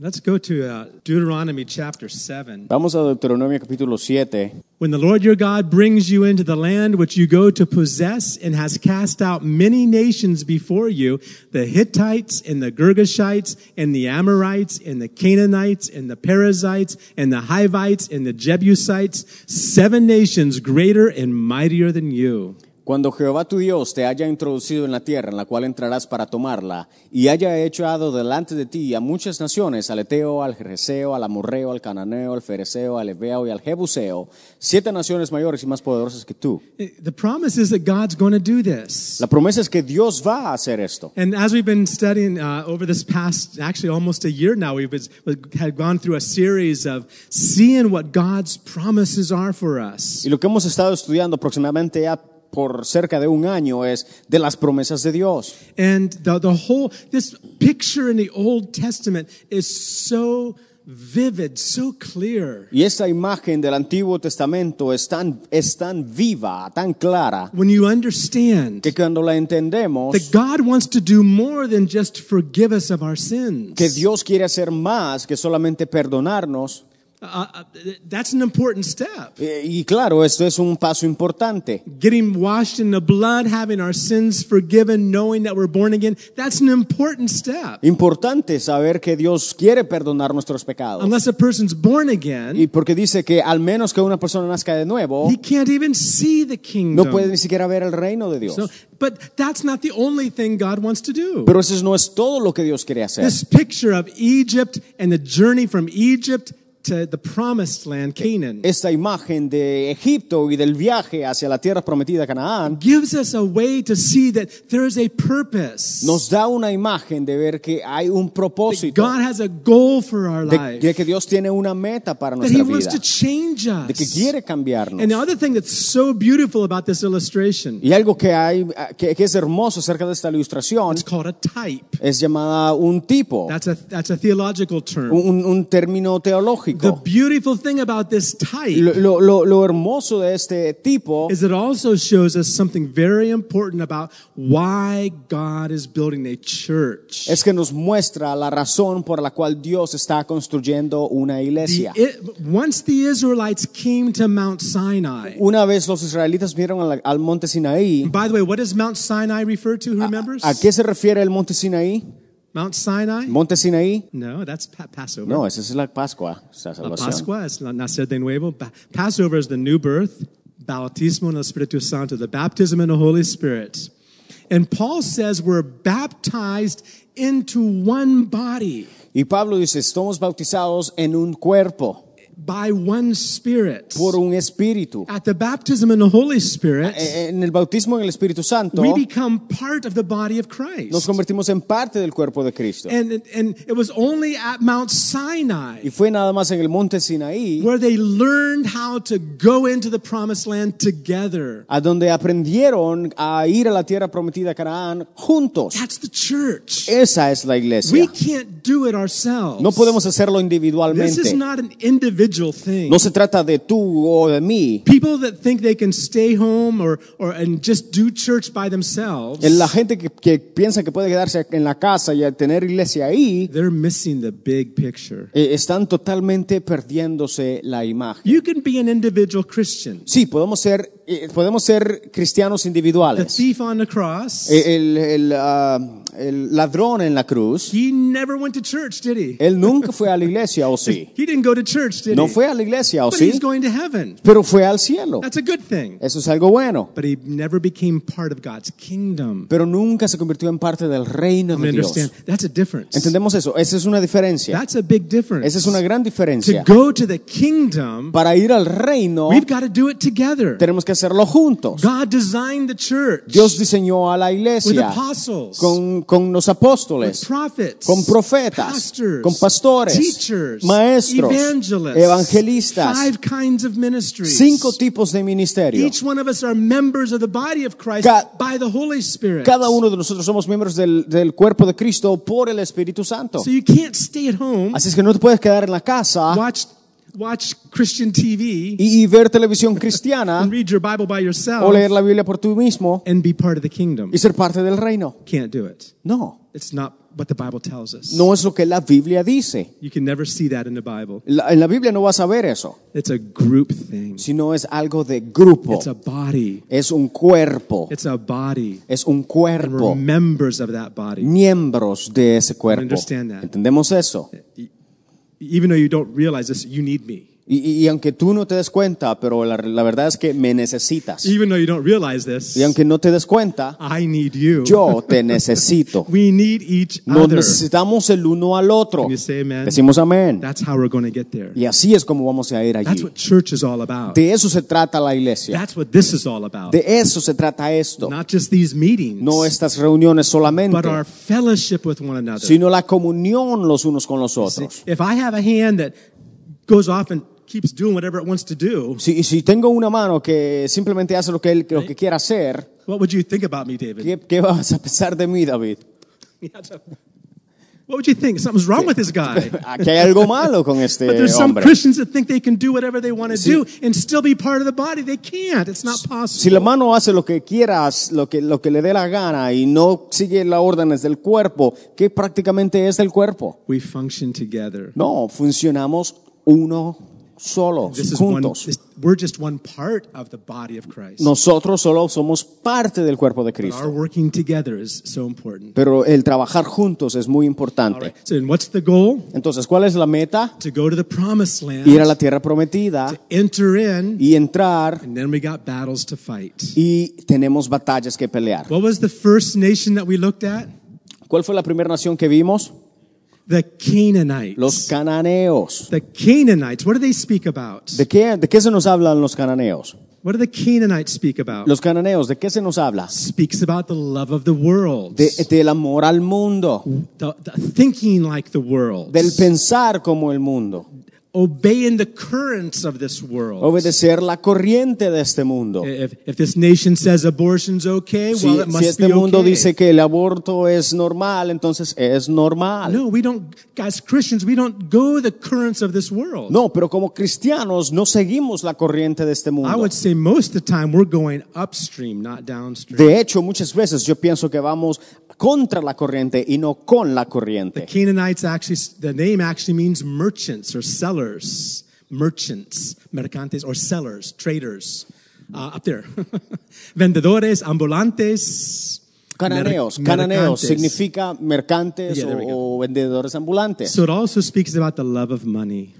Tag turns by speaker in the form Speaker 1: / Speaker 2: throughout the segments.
Speaker 1: Let's go to uh, Deuteronomy chapter 7.
Speaker 2: Vamos a Deuteronomio capítulo 7.
Speaker 1: When the Lord your God brings you into the land which you go to possess and has cast out many nations before you, the Hittites and the Girgashites and the Amorites and the Canaanites and the Perizzites and the Hivites and the Jebusites, seven nations greater and mightier than you.
Speaker 2: Cuando Jehová tu Dios te haya introducido en la tierra en la cual entrarás para tomarla, y haya echado delante de ti a muchas naciones, al Eteo, al Jereseo, al Amorreo, al Cananeo, al Fereseo, al Ebeo y al Jebuseo, siete naciones mayores y más poderosas que tú.
Speaker 1: The promise is that God's going to do this.
Speaker 2: La promesa es que Dios va a hacer esto.
Speaker 1: And as we've been studying uh, over this past, actually almost a year now, we've been, we had gone through a series of seeing what God's promises are for us.
Speaker 2: Y lo que hemos estado estudiando aproximadamente ya por cerca de un año es de las promesas de Dios.
Speaker 1: And the, the whole, this picture in the Old Testament is so vivid, so clear.
Speaker 2: Y esta imagen del Antiguo Testamento es tan, es tan viva, tan clara,
Speaker 1: When you understand
Speaker 2: que cuando la entendemos,
Speaker 1: that God wants to do more than just forgive us of our sins.
Speaker 2: que Dios quiere hacer más que solamente perdonarnos.
Speaker 1: Uh, uh, that's an important step.
Speaker 2: eh, Y claro, esto es un paso importante.
Speaker 1: Getting washed in the blood, having our sins forgiven, knowing that we're born again, that's an important step.
Speaker 2: Importante saber que Dios quiere perdonar nuestros pecados.
Speaker 1: Unless a person's born again,
Speaker 2: Y porque dice que al menos que una persona nazca de nuevo,
Speaker 1: he can't even see the
Speaker 2: no puede
Speaker 1: kingdom.
Speaker 2: ni siquiera ver el reino de Dios.
Speaker 1: So, but that's not the only thing God wants to do.
Speaker 2: Pero eso no es todo lo que Dios quiere hacer.
Speaker 1: This picture of Egypt and the journey from Egypt to the promised land, Canaan,
Speaker 2: Esta imagen de Egipto y del viaje hacia la tierra prometida Canaán
Speaker 1: gives us a way to see that there is a purpose.
Speaker 2: nos da una imagen de ver que hay un
Speaker 1: That
Speaker 2: propósito,
Speaker 1: God has a goal for our
Speaker 2: de,
Speaker 1: life.
Speaker 2: de que Dios tiene una meta para
Speaker 1: That He
Speaker 2: nuestra
Speaker 1: wants
Speaker 2: vida,
Speaker 1: to change
Speaker 2: de que
Speaker 1: us.
Speaker 2: quiere cambiarnos.
Speaker 1: And the other thing that's so beautiful about this illustration,
Speaker 2: Y algo que hay que, que es hermoso acerca de esta ilustración
Speaker 1: it's called a type.
Speaker 2: es llamada un tipo,
Speaker 1: That's a that's a theological term.
Speaker 2: un, un término
Speaker 1: The
Speaker 2: teológico.
Speaker 1: beautiful thing about this
Speaker 2: Lo,
Speaker 1: type
Speaker 2: lo- lo- lo hermoso de este tipo
Speaker 1: is it also shows us something very important about why God is building a church.
Speaker 2: es que nos muestra la razón por la cual Dios está construyendo una
Speaker 1: The-
Speaker 2: iglesia.
Speaker 1: it- once the Israelites came to Mount Sinai.
Speaker 2: Una vez los israelitas vieron al, al monte Sinaí,
Speaker 1: By the way, what does Mount Sinai refer to? Who remembers?
Speaker 2: ¿a qué se refiere el monte Sinaí?
Speaker 1: Mount Sinai?
Speaker 2: ¿Monte Sinaí?
Speaker 1: No, that's pa- Passover.
Speaker 2: No, esa es la Pascua, esa salvación.
Speaker 1: Pascua es la nacer de nuevo. Ba- Passover is the new birth, bautismo en el Espíritu Santo, the baptism in the Holy Spirit. And Paul says we're baptized into one body
Speaker 2: Y Pablo dice, estamos bautizados en un cuerpo,
Speaker 1: by one Spirit.
Speaker 2: por un espíritu.
Speaker 1: At the baptism in the Holy Spirit,
Speaker 2: Eh, eh, En el bautismo en el Espíritu Santo,
Speaker 1: we become part of the body of Christ.
Speaker 2: nos convertimos en parte del cuerpo de Cristo.
Speaker 1: And, and it was only at Mount
Speaker 2: Y
Speaker 1: Sinai
Speaker 2: fue nada más en el monte Sinaí,
Speaker 1: where they learned how to go into the promised land together.
Speaker 2: a donde aprendieron a ir a la tierra prometida Canaán juntos.
Speaker 1: That's the church.
Speaker 2: Esa es la
Speaker 1: We
Speaker 2: iglesia.
Speaker 1: can't do it ourselves.
Speaker 2: No podemos hacerlo
Speaker 1: This is
Speaker 2: individualmente.
Speaker 1: not an individual thing.
Speaker 2: No se trata de tú o de mí.
Speaker 1: People that think they can stay home or, or and just do church by themselves,
Speaker 2: Eh, La gente que, que piensa que puede quedarse en la casa y tener iglesia ahí,
Speaker 1: they're missing the big picture.
Speaker 2: eh, están totalmente perdiéndose la imagen.
Speaker 1: You can be an individual Christian.
Speaker 2: Sí, podemos ser, eh, podemos ser cristianos
Speaker 1: The
Speaker 2: individuales.
Speaker 1: thief on the cross,
Speaker 2: Eh, El, el, ah, el ladrón en la cruz,
Speaker 1: he never went to church, did he?
Speaker 2: él nunca fue a la iglesia, ¿o sí?
Speaker 1: He didn't go to church, did
Speaker 2: Eh. No
Speaker 1: he?
Speaker 2: fue a la iglesia, ¿o
Speaker 1: But
Speaker 2: sí? Eh.
Speaker 1: he's going to heaven.
Speaker 2: Pero fue al cielo.
Speaker 1: That's a good thing.
Speaker 2: Eso es algo bueno.
Speaker 1: But he never became part of God's kingdom.
Speaker 2: Pero nunca se convirtió en parte del reino
Speaker 1: You
Speaker 2: de Dios.
Speaker 1: understand? That's a difference.
Speaker 2: ¿Entendemos eso? Esa es una diferencia.
Speaker 1: That's a big difference.
Speaker 2: Esa es una gran
Speaker 1: to
Speaker 2: diferencia.
Speaker 1: go to the kingdom,
Speaker 2: Para ir al reino,
Speaker 1: we've got to do it together.
Speaker 2: tenemos que hacerlo juntos.
Speaker 1: God designed the church
Speaker 2: Dios diseñó a la
Speaker 1: with
Speaker 2: iglesia
Speaker 1: apostles,
Speaker 2: con, con los
Speaker 1: with
Speaker 2: apóstoles,
Speaker 1: prophets,
Speaker 2: con profetas,
Speaker 1: pastors,
Speaker 2: con pastores,
Speaker 1: teachers,
Speaker 2: maestros,
Speaker 1: evangelists,
Speaker 2: evangelistas,
Speaker 1: five kinds of ministries.
Speaker 2: cinco tipos de ministerio.
Speaker 1: Each one of us are members of the body of Christ
Speaker 2: Ca-
Speaker 1: by the Holy Spirit.
Speaker 2: Cada uno de nosotros somos miembros del, del cuerpo de Cristo por el Espíritu Santo.
Speaker 1: So you can't stay at home,
Speaker 2: Así es que no te puedes quedar en la casa
Speaker 1: watch watch Christian TV,
Speaker 2: y, y ver televisión cristiana
Speaker 1: and read your Bible by yourself,
Speaker 2: o leer la Biblia por tú mismo
Speaker 1: and be part of the kingdom.
Speaker 2: y ser parte del reino.
Speaker 1: Can't do it.
Speaker 2: No,
Speaker 1: It's not what the Bible tells us.
Speaker 2: No es lo que la Biblia dice.
Speaker 1: You can never see that in the Bible.
Speaker 2: La- en la Biblia no vas a ver eso,
Speaker 1: It's a group thing.
Speaker 2: sino es algo de grupo.
Speaker 1: It's a body.
Speaker 2: Es un cuerpo.
Speaker 1: It's a body.
Speaker 2: Es un
Speaker 1: And
Speaker 2: cuerpo.
Speaker 1: we're members of that body.
Speaker 2: Miembros de ese cuerpo.
Speaker 1: understand that.
Speaker 2: Entendemos eso.
Speaker 1: Even though you don't realize this, you need me.
Speaker 2: Y, y- y aunque tú no te des cuenta, pero la, la verdad es que me necesitas.
Speaker 1: Even though you don't realize this,
Speaker 2: Y aunque no te des cuenta,
Speaker 1: I need you.
Speaker 2: yo te necesito.
Speaker 1: We need each
Speaker 2: Nos
Speaker 1: other.
Speaker 2: necesitamos el uno al otro.
Speaker 1: Can you say amen?
Speaker 2: Decimos amén.
Speaker 1: That's how we're going to get there.
Speaker 2: Y así es como vamos a ir
Speaker 1: That's
Speaker 2: allí.
Speaker 1: what church is all about.
Speaker 2: De eso se trata la iglesia.
Speaker 1: That's what this is all about.
Speaker 2: De eso se trata esto.
Speaker 1: Not just these meetings,
Speaker 2: No estas reuniones
Speaker 1: but
Speaker 2: solamente,
Speaker 1: our fellowship with one another.
Speaker 2: sino la comunión los unos con los otros.
Speaker 1: If I have a hand that goes off and keeps doing whatever it wants to do,
Speaker 2: Si, si tengo una mano que simplemente hace lo que él lo que quiera hacer,
Speaker 1: what would you think about me, David?
Speaker 2: ¿qué, qué vas a pensar de mí, David?
Speaker 1: What would you think? Something's wrong with this guy.
Speaker 2: Aquí hay algo malo con
Speaker 1: But
Speaker 2: este
Speaker 1: there's some
Speaker 2: hombre.
Speaker 1: Christians that think they can do whatever they want to do and still be part of the body. They can't. It's not
Speaker 2: Si la
Speaker 1: possible.
Speaker 2: mano hace lo que quiera, lo que, lo que le dé la gana y no sigue las órdenes del cuerpo, ¿qué prácticamente es del cuerpo?
Speaker 1: We function together.
Speaker 2: No, funcionamos uno solos,
Speaker 1: This is one,
Speaker 2: juntos.
Speaker 1: this, we're just one part of the body of Christ.
Speaker 2: Nosotros solo somos parte del cuerpo de
Speaker 1: Our
Speaker 2: Cristo.
Speaker 1: working together is so important.
Speaker 2: Pero el trabajar juntos es muy
Speaker 1: All
Speaker 2: importante.
Speaker 1: right. So, and what's the goal?
Speaker 2: Entonces, ¿cuál es la meta?
Speaker 1: To go to the promised land,
Speaker 2: Ir a la tierra prometida
Speaker 1: enter in,
Speaker 2: y entrar
Speaker 1: and then we got battles to fight.
Speaker 2: y tenemos batallas que pelear.
Speaker 1: What was the first nation that we looked at?
Speaker 2: ¿Cuál fue la primera nación que vimos?
Speaker 1: The Canaanites.
Speaker 2: Los cananeos.
Speaker 1: the Canaanites. What do they speak about?
Speaker 2: ¿De qué, ¿De qué se nos hablan los cananeos?
Speaker 1: what do the Canaanites speak about?
Speaker 2: Los cananeos, ¿de qué se nos habla? Pues,
Speaker 1: Speaks about the love of the world,
Speaker 2: De, del amor al mundo,
Speaker 1: the, the thinking like the world,
Speaker 2: del pensar como el mundo,
Speaker 1: obeying the currents of this world.
Speaker 2: obedecer la corriente de este mundo.
Speaker 1: If, if this nation says abortion's okay,
Speaker 2: Si,
Speaker 1: well, it must
Speaker 2: si este
Speaker 1: be
Speaker 2: mundo
Speaker 1: okay.
Speaker 2: dice que el aborto es normal, entonces es normal.
Speaker 1: No, we don't, as Christians, we don't go the currents of this world.
Speaker 2: No, pero como cristianos no seguimos la corriente de este
Speaker 1: I
Speaker 2: mundo.
Speaker 1: would say most of the time we're going upstream, not downstream.
Speaker 2: De hecho, muchas veces yo pienso que vamos contra la corriente y no con la
Speaker 1: the
Speaker 2: corriente.
Speaker 1: Canaanites actually, the name actually means merchants or sellers. Merchants, mercantes, or sellers, traders. Uh, up there. Vendedores, ambulantes.
Speaker 2: Cananeos,
Speaker 1: merc-
Speaker 2: cananeos
Speaker 1: mercantes.
Speaker 2: significa mercantes
Speaker 1: Yeah, there we
Speaker 2: o, o vendedores ambulantes.
Speaker 1: So it also speaks about the love of money.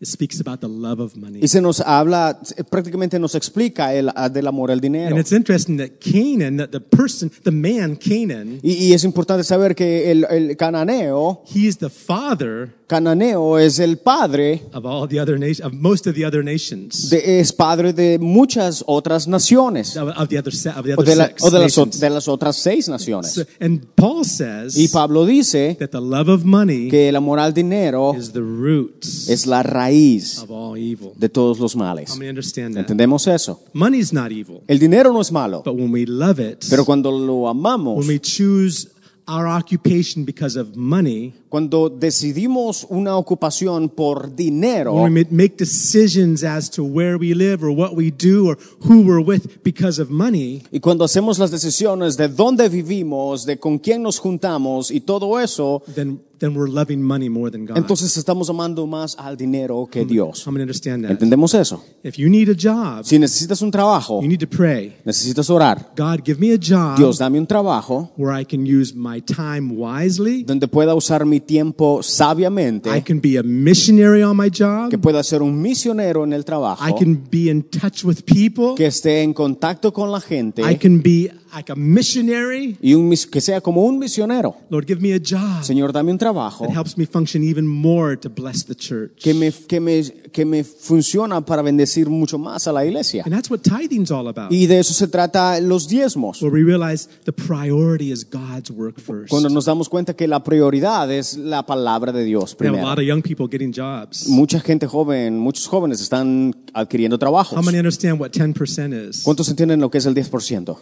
Speaker 1: It speaks about the love of money.
Speaker 2: Y se nos habla, eh, prácticamente nos explica el, ah, del amor al dinero.
Speaker 1: And it's interesting that Canaan, that the person, the man Canaan,
Speaker 2: Y, y es importante saber que el, el cananeo,
Speaker 1: he's the father
Speaker 2: cananeo es el padre,
Speaker 1: of all the other nations, of most of the other nations,
Speaker 2: de- es padre de muchas otras naciones.
Speaker 1: of, of the other se- of the other
Speaker 2: O Oh, de, la-
Speaker 1: sex.
Speaker 2: o de las, o-
Speaker 1: nations.
Speaker 2: de las otras seis naciones.
Speaker 1: So- and Paul
Speaker 2: Y
Speaker 1: says
Speaker 2: Pablo dice
Speaker 1: that the love of money
Speaker 2: que el amor al dinero
Speaker 1: is the root
Speaker 2: es la raíz
Speaker 1: of all evil.
Speaker 2: de todos los
Speaker 1: How
Speaker 2: males.
Speaker 1: many understand that?
Speaker 2: ¿Entendemos eso?
Speaker 1: Money's not evil,
Speaker 2: El dinero no es malo,
Speaker 1: but when we love it,
Speaker 2: pero cuando lo amamos,
Speaker 1: when we choose our occupation because of money,
Speaker 2: cuando decidimos una ocupación por dinero,
Speaker 1: when we ma- make decisions as to where we live or what we do or who we're with because of money,
Speaker 2: Y cuando hacemos las decisiones de dónde vivimos, de con quién nos juntamos y todo eso,
Speaker 1: then then we're loving money more than God.
Speaker 2: entonces estamos amando más al dinero que Dios.
Speaker 1: How many understand that?
Speaker 2: ¿Entendemos eso?
Speaker 1: If you need a job,
Speaker 2: Si necesitas un trabajo,
Speaker 1: you need to pray.
Speaker 2: necesitas orar.
Speaker 1: God, give me a job
Speaker 2: Dios, dame un trabajo
Speaker 1: where I can use my time wisely.
Speaker 2: donde pueda usar mi tiempo
Speaker 1: I
Speaker 2: sabiamente,
Speaker 1: can be a missionary on my job.
Speaker 2: que pueda ser un misionero en el trabajo,
Speaker 1: I can be in touch with people.
Speaker 2: que esté en contacto con la gente
Speaker 1: I can be like a missionary.
Speaker 2: y un mis- que sea como un misionero.
Speaker 1: Lord, give me a job
Speaker 2: Señor, dame un trabajo
Speaker 1: that helps me function even more to bless the church.
Speaker 2: que me, que me, que me funciona para bendecir mucho más a la iglesia.
Speaker 1: And that's what tithing's all about.
Speaker 2: Y de eso se trata los diezmos.
Speaker 1: where we realize the priority is God's work first.
Speaker 2: Cuando nos damos cuenta que la prioridad es la palabra de Dios
Speaker 1: we have a
Speaker 2: primero.
Speaker 1: lot of young people getting jobs.
Speaker 2: Mucha gente joven, muchos jóvenes están adquiriendo
Speaker 1: How
Speaker 2: trabajos.
Speaker 1: many understand what 10% is?
Speaker 2: ¿Cuántos entienden lo que es el 10%?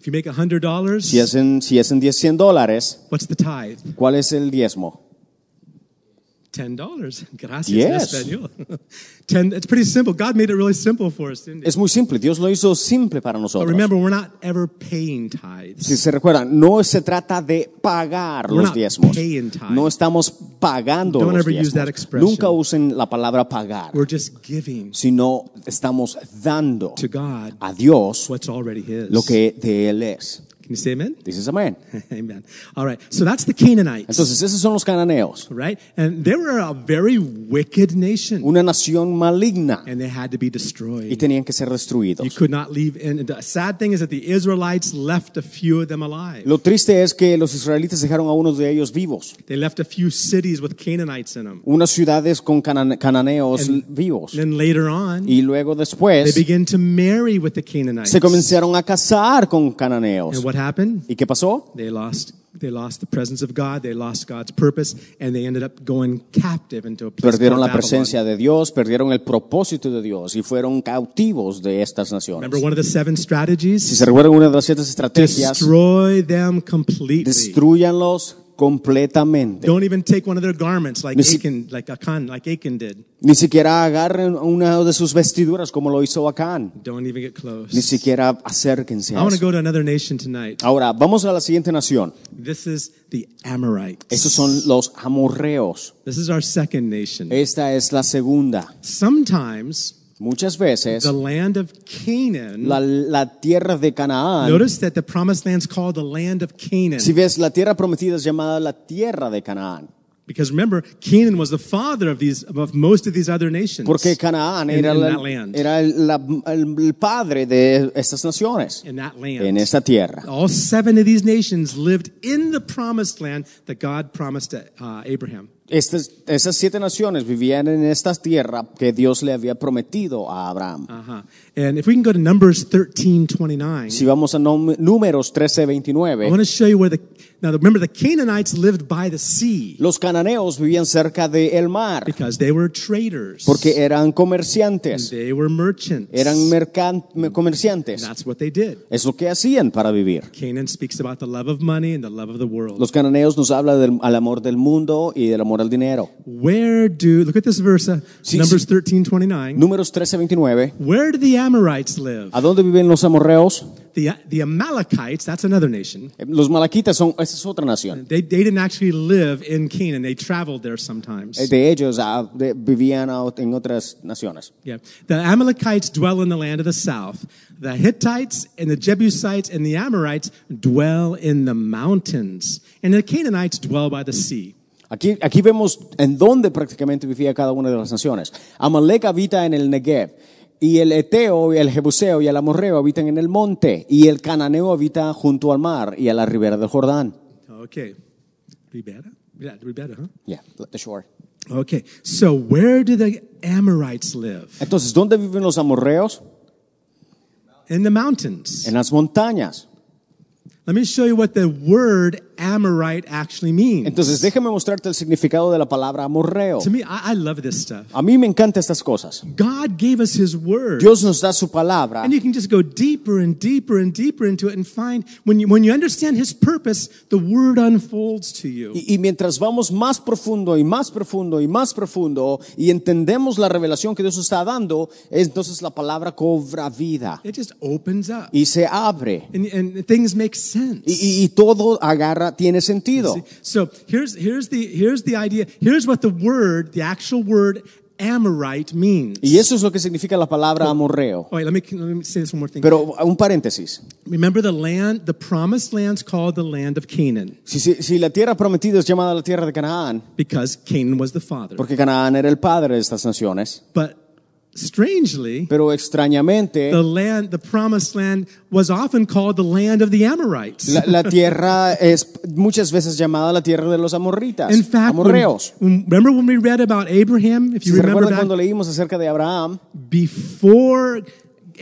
Speaker 1: If you make $100,
Speaker 2: Si hacen, si hacen 10, 100 dólares,
Speaker 1: what's the tithe?
Speaker 2: ¿cuál es el diezmo?
Speaker 1: Ten dollars. Gracias.
Speaker 2: Yes.
Speaker 1: en español. Ten. It's pretty simple. God made it really simple for us, didn't He?
Speaker 2: Es muy simple, Dios lo hizo simple para
Speaker 1: But
Speaker 2: nosotros.
Speaker 1: remember, we're not ever paying tithes.
Speaker 2: Si se recuerdan, no se trata de pagar
Speaker 1: We're
Speaker 2: los
Speaker 1: not
Speaker 2: diezmos.
Speaker 1: paying tithes.
Speaker 2: No estamos pagando
Speaker 1: Don't
Speaker 2: los
Speaker 1: ever use
Speaker 2: diezmos.
Speaker 1: that expression.
Speaker 2: Nunca usen la palabra pagar,
Speaker 1: We're just giving
Speaker 2: sino estamos dando
Speaker 1: to God
Speaker 2: a Dios
Speaker 1: what's already His.
Speaker 2: lo que de Él es.
Speaker 1: Can you say Amen?
Speaker 2: Dices amén.
Speaker 1: amen. All right. So that's the Canaanites,
Speaker 2: Entonces, esos son los cananeos,
Speaker 1: right? And they were a very wicked nation,
Speaker 2: una nación maligna
Speaker 1: and they had to be
Speaker 2: y
Speaker 1: destroyed.
Speaker 2: tenían que ser destruidos.
Speaker 1: You could not leave. And the sad thing is that the Israelites left a few of them alive.
Speaker 2: Lo triste es que los israelitas dejaron a unos de ellos vivos,
Speaker 1: They left a few cities with Canaanites in them.
Speaker 2: unas ciudades con cana- cananeos
Speaker 1: And-
Speaker 2: vivos.
Speaker 1: Then later on,
Speaker 2: Y luego
Speaker 1: they
Speaker 2: después
Speaker 1: began to marry with the Canaanites.
Speaker 2: se comenzaron a casar con
Speaker 1: And
Speaker 2: cananeos.
Speaker 1: what happened?
Speaker 2: ¿Y qué pasó?
Speaker 1: They lost. They lost the presence of God. They lost God's purpose, and they ended up going captive into a place
Speaker 2: Perdieron
Speaker 1: called
Speaker 2: la
Speaker 1: Babylon.
Speaker 2: presencia de Dios, perdieron el propósito de Dios y fueron cautivos de estas naciones.
Speaker 1: Remember one of the seven strategies?
Speaker 2: Si se recuerdan una de las siete estrategias,
Speaker 1: Destroy them completely.
Speaker 2: destruyanlos completamente.
Speaker 1: Don't even take one of their garments like
Speaker 2: Ni si-
Speaker 1: Achan, like Achan, like Achan did.
Speaker 2: Ni siquiera agarren una de sus vestiduras como lo hizo Acán.
Speaker 1: Don't even get close.
Speaker 2: Ni siquiera acérquense
Speaker 1: I
Speaker 2: a
Speaker 1: want to
Speaker 2: eso.
Speaker 1: go to another nation tonight.
Speaker 2: Ahora, vamos a la siguiente nación.
Speaker 1: This is the Amorites.
Speaker 2: Estos son Eh. los amorreos.
Speaker 1: This is our second nation.
Speaker 2: Esta es la segunda.
Speaker 1: Sometimes
Speaker 2: Muchas veces,
Speaker 1: the land of Canaan.
Speaker 2: la, la tierra de Canaán,
Speaker 1: notice that the promised land's called the land of Canaan.
Speaker 2: si ves, la tierra prometida es llamada la tierra de Canaán.
Speaker 1: Because remember, Canaan was the father of these of most of these other nations.
Speaker 2: Porque Canaán
Speaker 1: In-
Speaker 2: era,
Speaker 1: in
Speaker 2: la-
Speaker 1: that land.
Speaker 2: era el, la- el padre de estas naciones
Speaker 1: in that land.
Speaker 2: en esta tierra.
Speaker 1: All seven of these nations lived in the promised land that God promised to uh, Abraham.
Speaker 2: Estas, esas siete naciones vivían en esta tierra que Dios le había prometido a Abraham.
Speaker 1: Uh-huh. And if we can go to Numbers thirteen twenty nine,
Speaker 2: Si vamos a Nom- Números
Speaker 1: I
Speaker 2: 13:29,
Speaker 1: want to show you where the. Now, remember, the Canaanites lived by the sea
Speaker 2: los cananeos vivían cerca del mar
Speaker 1: because they were traders.
Speaker 2: porque eran comerciantes,
Speaker 1: They were merchants.
Speaker 2: eran mercan- me- comerciantes.
Speaker 1: That's what they did.
Speaker 2: Es lo que hacían para vivir.
Speaker 1: Canaan speaks about the love of money and the love of the world.
Speaker 2: Los cananeos nos habla del al amor del mundo y del amor al dinero.
Speaker 1: Where do. Look at this verse, uh,
Speaker 2: Sí,
Speaker 1: Numbers thirteen twenty nine.
Speaker 2: Números 13:29.
Speaker 1: Where do the Amorites live?
Speaker 2: ¿A dónde viven los amorreos?
Speaker 1: The, the Amalekites, that's another nation.
Speaker 2: Eh, Los malaquitas son, esa es otra nación.
Speaker 1: They, they didn't actually live in Canaan. They traveled there
Speaker 2: Eh,
Speaker 1: sometimes.
Speaker 2: De ellos ah, de- vivían a ot- en otras naciones.
Speaker 1: Yeah. The Amalekites dwell in the land of the south. The Hittites and the Jebusites and the Amorites dwell in the mountains. And the Canaanites dwell by the sea.
Speaker 2: Aquí, aquí vemos en dónde prácticamente vivía cada una de las naciones. Amalek habita en el Negev, y el Eteo, y el Jebuseo, y el Amorreo habitan en el monte, y el Cananeo habita junto al mar y a la ribera del Jordán.
Speaker 1: Okay. Ribera? Yeah, Ribera, huh?
Speaker 2: Yeah, the shore.
Speaker 1: Okay. So where do the Amorites live?
Speaker 2: Entonces, ¿dónde viven los amorreos?
Speaker 1: In the mountains.
Speaker 2: En las montañas.
Speaker 1: Let me show you what the word Amorite actually means.
Speaker 2: Entonces, déjame mostrarte el significado de la palabra amorreo.
Speaker 1: To me, I, I love this stuff.
Speaker 2: A mí me encantan estas cosas.
Speaker 1: God gave us His Word.
Speaker 2: Dios nos da su palabra
Speaker 1: And you can just go deeper and deeper and deeper into it and find, when you, when you understand His purpose, the Word unfolds to you.
Speaker 2: Y, y mientras vamos más profundo y más profundo y más profundo y entendemos la revelación que Dios nos está dando, entonces la palabra cobra vida
Speaker 1: It just opens up.
Speaker 2: y se abre
Speaker 1: And, and things make sense.
Speaker 2: y, y- y todo agarra, tiene sentido.
Speaker 1: See? So here's, here's, the, here's the idea. Here's what the word, the actual word, Amorite means.
Speaker 2: Y eso es lo que significa la palabra amorreo.
Speaker 1: All right, let me, let me say this one more thing.
Speaker 2: Pero un paréntesis,
Speaker 1: Remember the land, the promised land's called the land of Canaan
Speaker 2: si, si- si la tierra prometida es llamada la tierra de Canaán,
Speaker 1: because Canaan was the father.
Speaker 2: porque Canaán era el padre de estas naciones,
Speaker 1: But strangely,
Speaker 2: pero extrañamente
Speaker 1: the land, the promised land, was often called the land of the Amorites.
Speaker 2: la, la tierra es muchas veces llamada la tierra de los amorritas,
Speaker 1: In fact, when-
Speaker 2: amorreos.
Speaker 1: when- remember when we read about Abraham? If
Speaker 2: Si
Speaker 1: you
Speaker 2: se
Speaker 1: remember
Speaker 2: recuerdan
Speaker 1: that,
Speaker 2: cuando leímos acerca de Abraham,
Speaker 1: before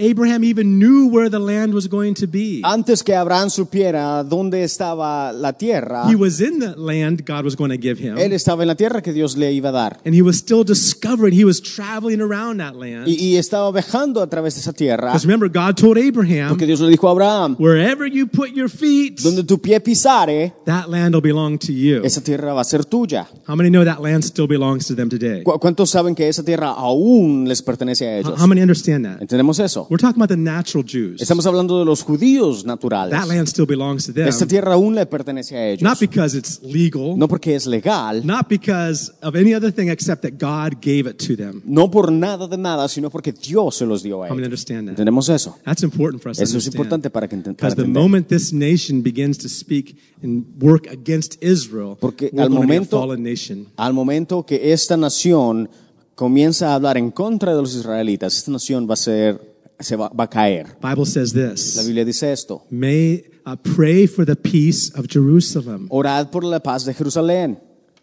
Speaker 1: Abraham even knew where the land was going to be.
Speaker 2: Antes que Abraham supiera dónde estaba la tierra,
Speaker 1: He was in the land God was going to give him.
Speaker 2: ah. él estaba en la tierra que Dios le iba a dar.
Speaker 1: And he was still discovering, he was traveling around that land.
Speaker 2: Y, y estaba viajando a través de esa tierra,
Speaker 1: Because remember, God told Abraham,
Speaker 2: porque Dios le dijo a Abraham,
Speaker 1: wherever you put your feet,
Speaker 2: donde tu pie pisare,
Speaker 1: that land will belong to you.
Speaker 2: esa tierra va a ser tuya.
Speaker 1: How many know that land still belongs to them today?
Speaker 2: ¿Cu- ¿Cuántos saben que esa tierra aún les pertenece a
Speaker 1: How
Speaker 2: ellos?
Speaker 1: how many understand that?
Speaker 2: ¿Entendemos eso?
Speaker 1: We're talking about the natural Jews.
Speaker 2: Estamos hablando de los judíos naturales.
Speaker 1: That land still belongs to them.
Speaker 2: Esta tierra aún le pertenece a ellos.
Speaker 1: Not because it's legal,
Speaker 2: No porque es legal,
Speaker 1: not because of any other thing except that God gave it to them.
Speaker 2: no por nada de nada, sino porque Dios se los dio a
Speaker 1: How many
Speaker 2: ellos.
Speaker 1: understand that?
Speaker 2: ¿Entendemos eso?
Speaker 1: That's important for us to
Speaker 2: Eso es
Speaker 1: understand.
Speaker 2: importante para que enten- para
Speaker 1: Because the
Speaker 2: entender.
Speaker 1: moment this nation begins to speak and work against Israel,
Speaker 2: Porque
Speaker 1: we're
Speaker 2: al
Speaker 1: going to be a
Speaker 2: momento-
Speaker 1: fallen nation.
Speaker 2: Al momento que esta nación comienza a hablar en contra de los israelitas, esta nación va a ser, se va, va a caer.
Speaker 1: Bible says
Speaker 2: La
Speaker 1: this:
Speaker 2: Biblia dice esto.
Speaker 1: May uh, pray for the peace of Jerusalem.
Speaker 2: Orad por la paz de Jerusalén.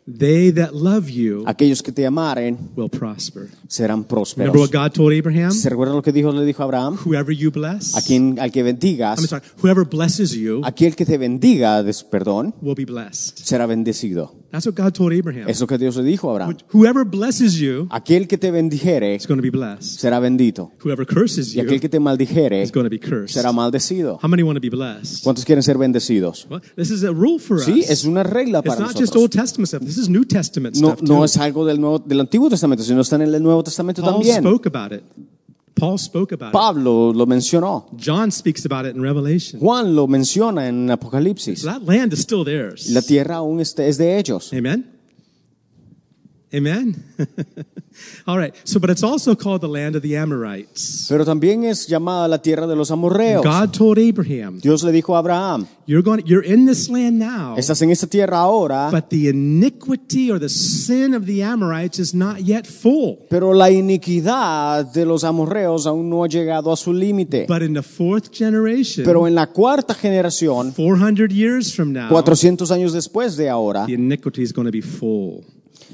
Speaker 1: They that love you
Speaker 2: Aquellos que te amaren
Speaker 1: will prosper.
Speaker 2: serán
Speaker 1: Remember what
Speaker 2: prósperos.
Speaker 1: God told Abraham?
Speaker 2: ¿Se recuerdan lo que dijo, le dijo a Abraham?
Speaker 1: Whoever you bless,
Speaker 2: A quien, al que
Speaker 1: I'm
Speaker 2: bendigas,
Speaker 1: sorry, whoever blesses you
Speaker 2: aquel que te bendiga, des- perdón,
Speaker 1: will be blessed.
Speaker 2: será bendecido.
Speaker 1: That's what God told Abraham.
Speaker 2: Es lo que Dios le dijo a Abraham.
Speaker 1: Whoever blesses you
Speaker 2: Aquel que te bendijere
Speaker 1: is going to be blessed.
Speaker 2: será bendito.
Speaker 1: Whoever curses
Speaker 2: Y aquel
Speaker 1: you
Speaker 2: que te maldijere
Speaker 1: is going to be cursed.
Speaker 2: será maldecido.
Speaker 1: How many want to be blessed?
Speaker 2: ¿Cuántos quieren ser bendecidos?
Speaker 1: Well, this is a rule for us.
Speaker 2: Sí, es una regla
Speaker 1: It's
Speaker 2: para
Speaker 1: not just Old
Speaker 2: nosotros.
Speaker 1: Testament stuff. This is New Testament
Speaker 2: No,
Speaker 1: stuff too.
Speaker 2: no es algo del, nuevo, del Antiguo Testamento, sino está en el Nuevo Testamento
Speaker 1: Paul
Speaker 2: también.
Speaker 1: spoke about it. Paul spoke about
Speaker 2: Pablo lo mencionó.
Speaker 1: it. John speaks about it in Revelation.
Speaker 2: Juan lo menciona en Apocalipsis.
Speaker 1: So that land is still theirs.
Speaker 2: La tierra aún es de- es de ellos.
Speaker 1: Amen. Amen. All right. So, but it's also called the land of the Amorites.
Speaker 2: Pero también es llamada la tierra de los amorreos.
Speaker 1: God told Abraham,
Speaker 2: Dios le dijo a Abraham,
Speaker 1: "You're going. You're in this land now,
Speaker 2: estás en esta tierra ahora,
Speaker 1: but the iniquity or the sin of the Amorites is not yet full.
Speaker 2: pero la iniquidad de los amorreos aún no ha llegado a su límite.
Speaker 1: But in the fourth generation,
Speaker 2: Pero en la cuarta generación,
Speaker 1: 400 years from now,
Speaker 2: 400 años después de ahora,
Speaker 1: the iniquity is going to be full.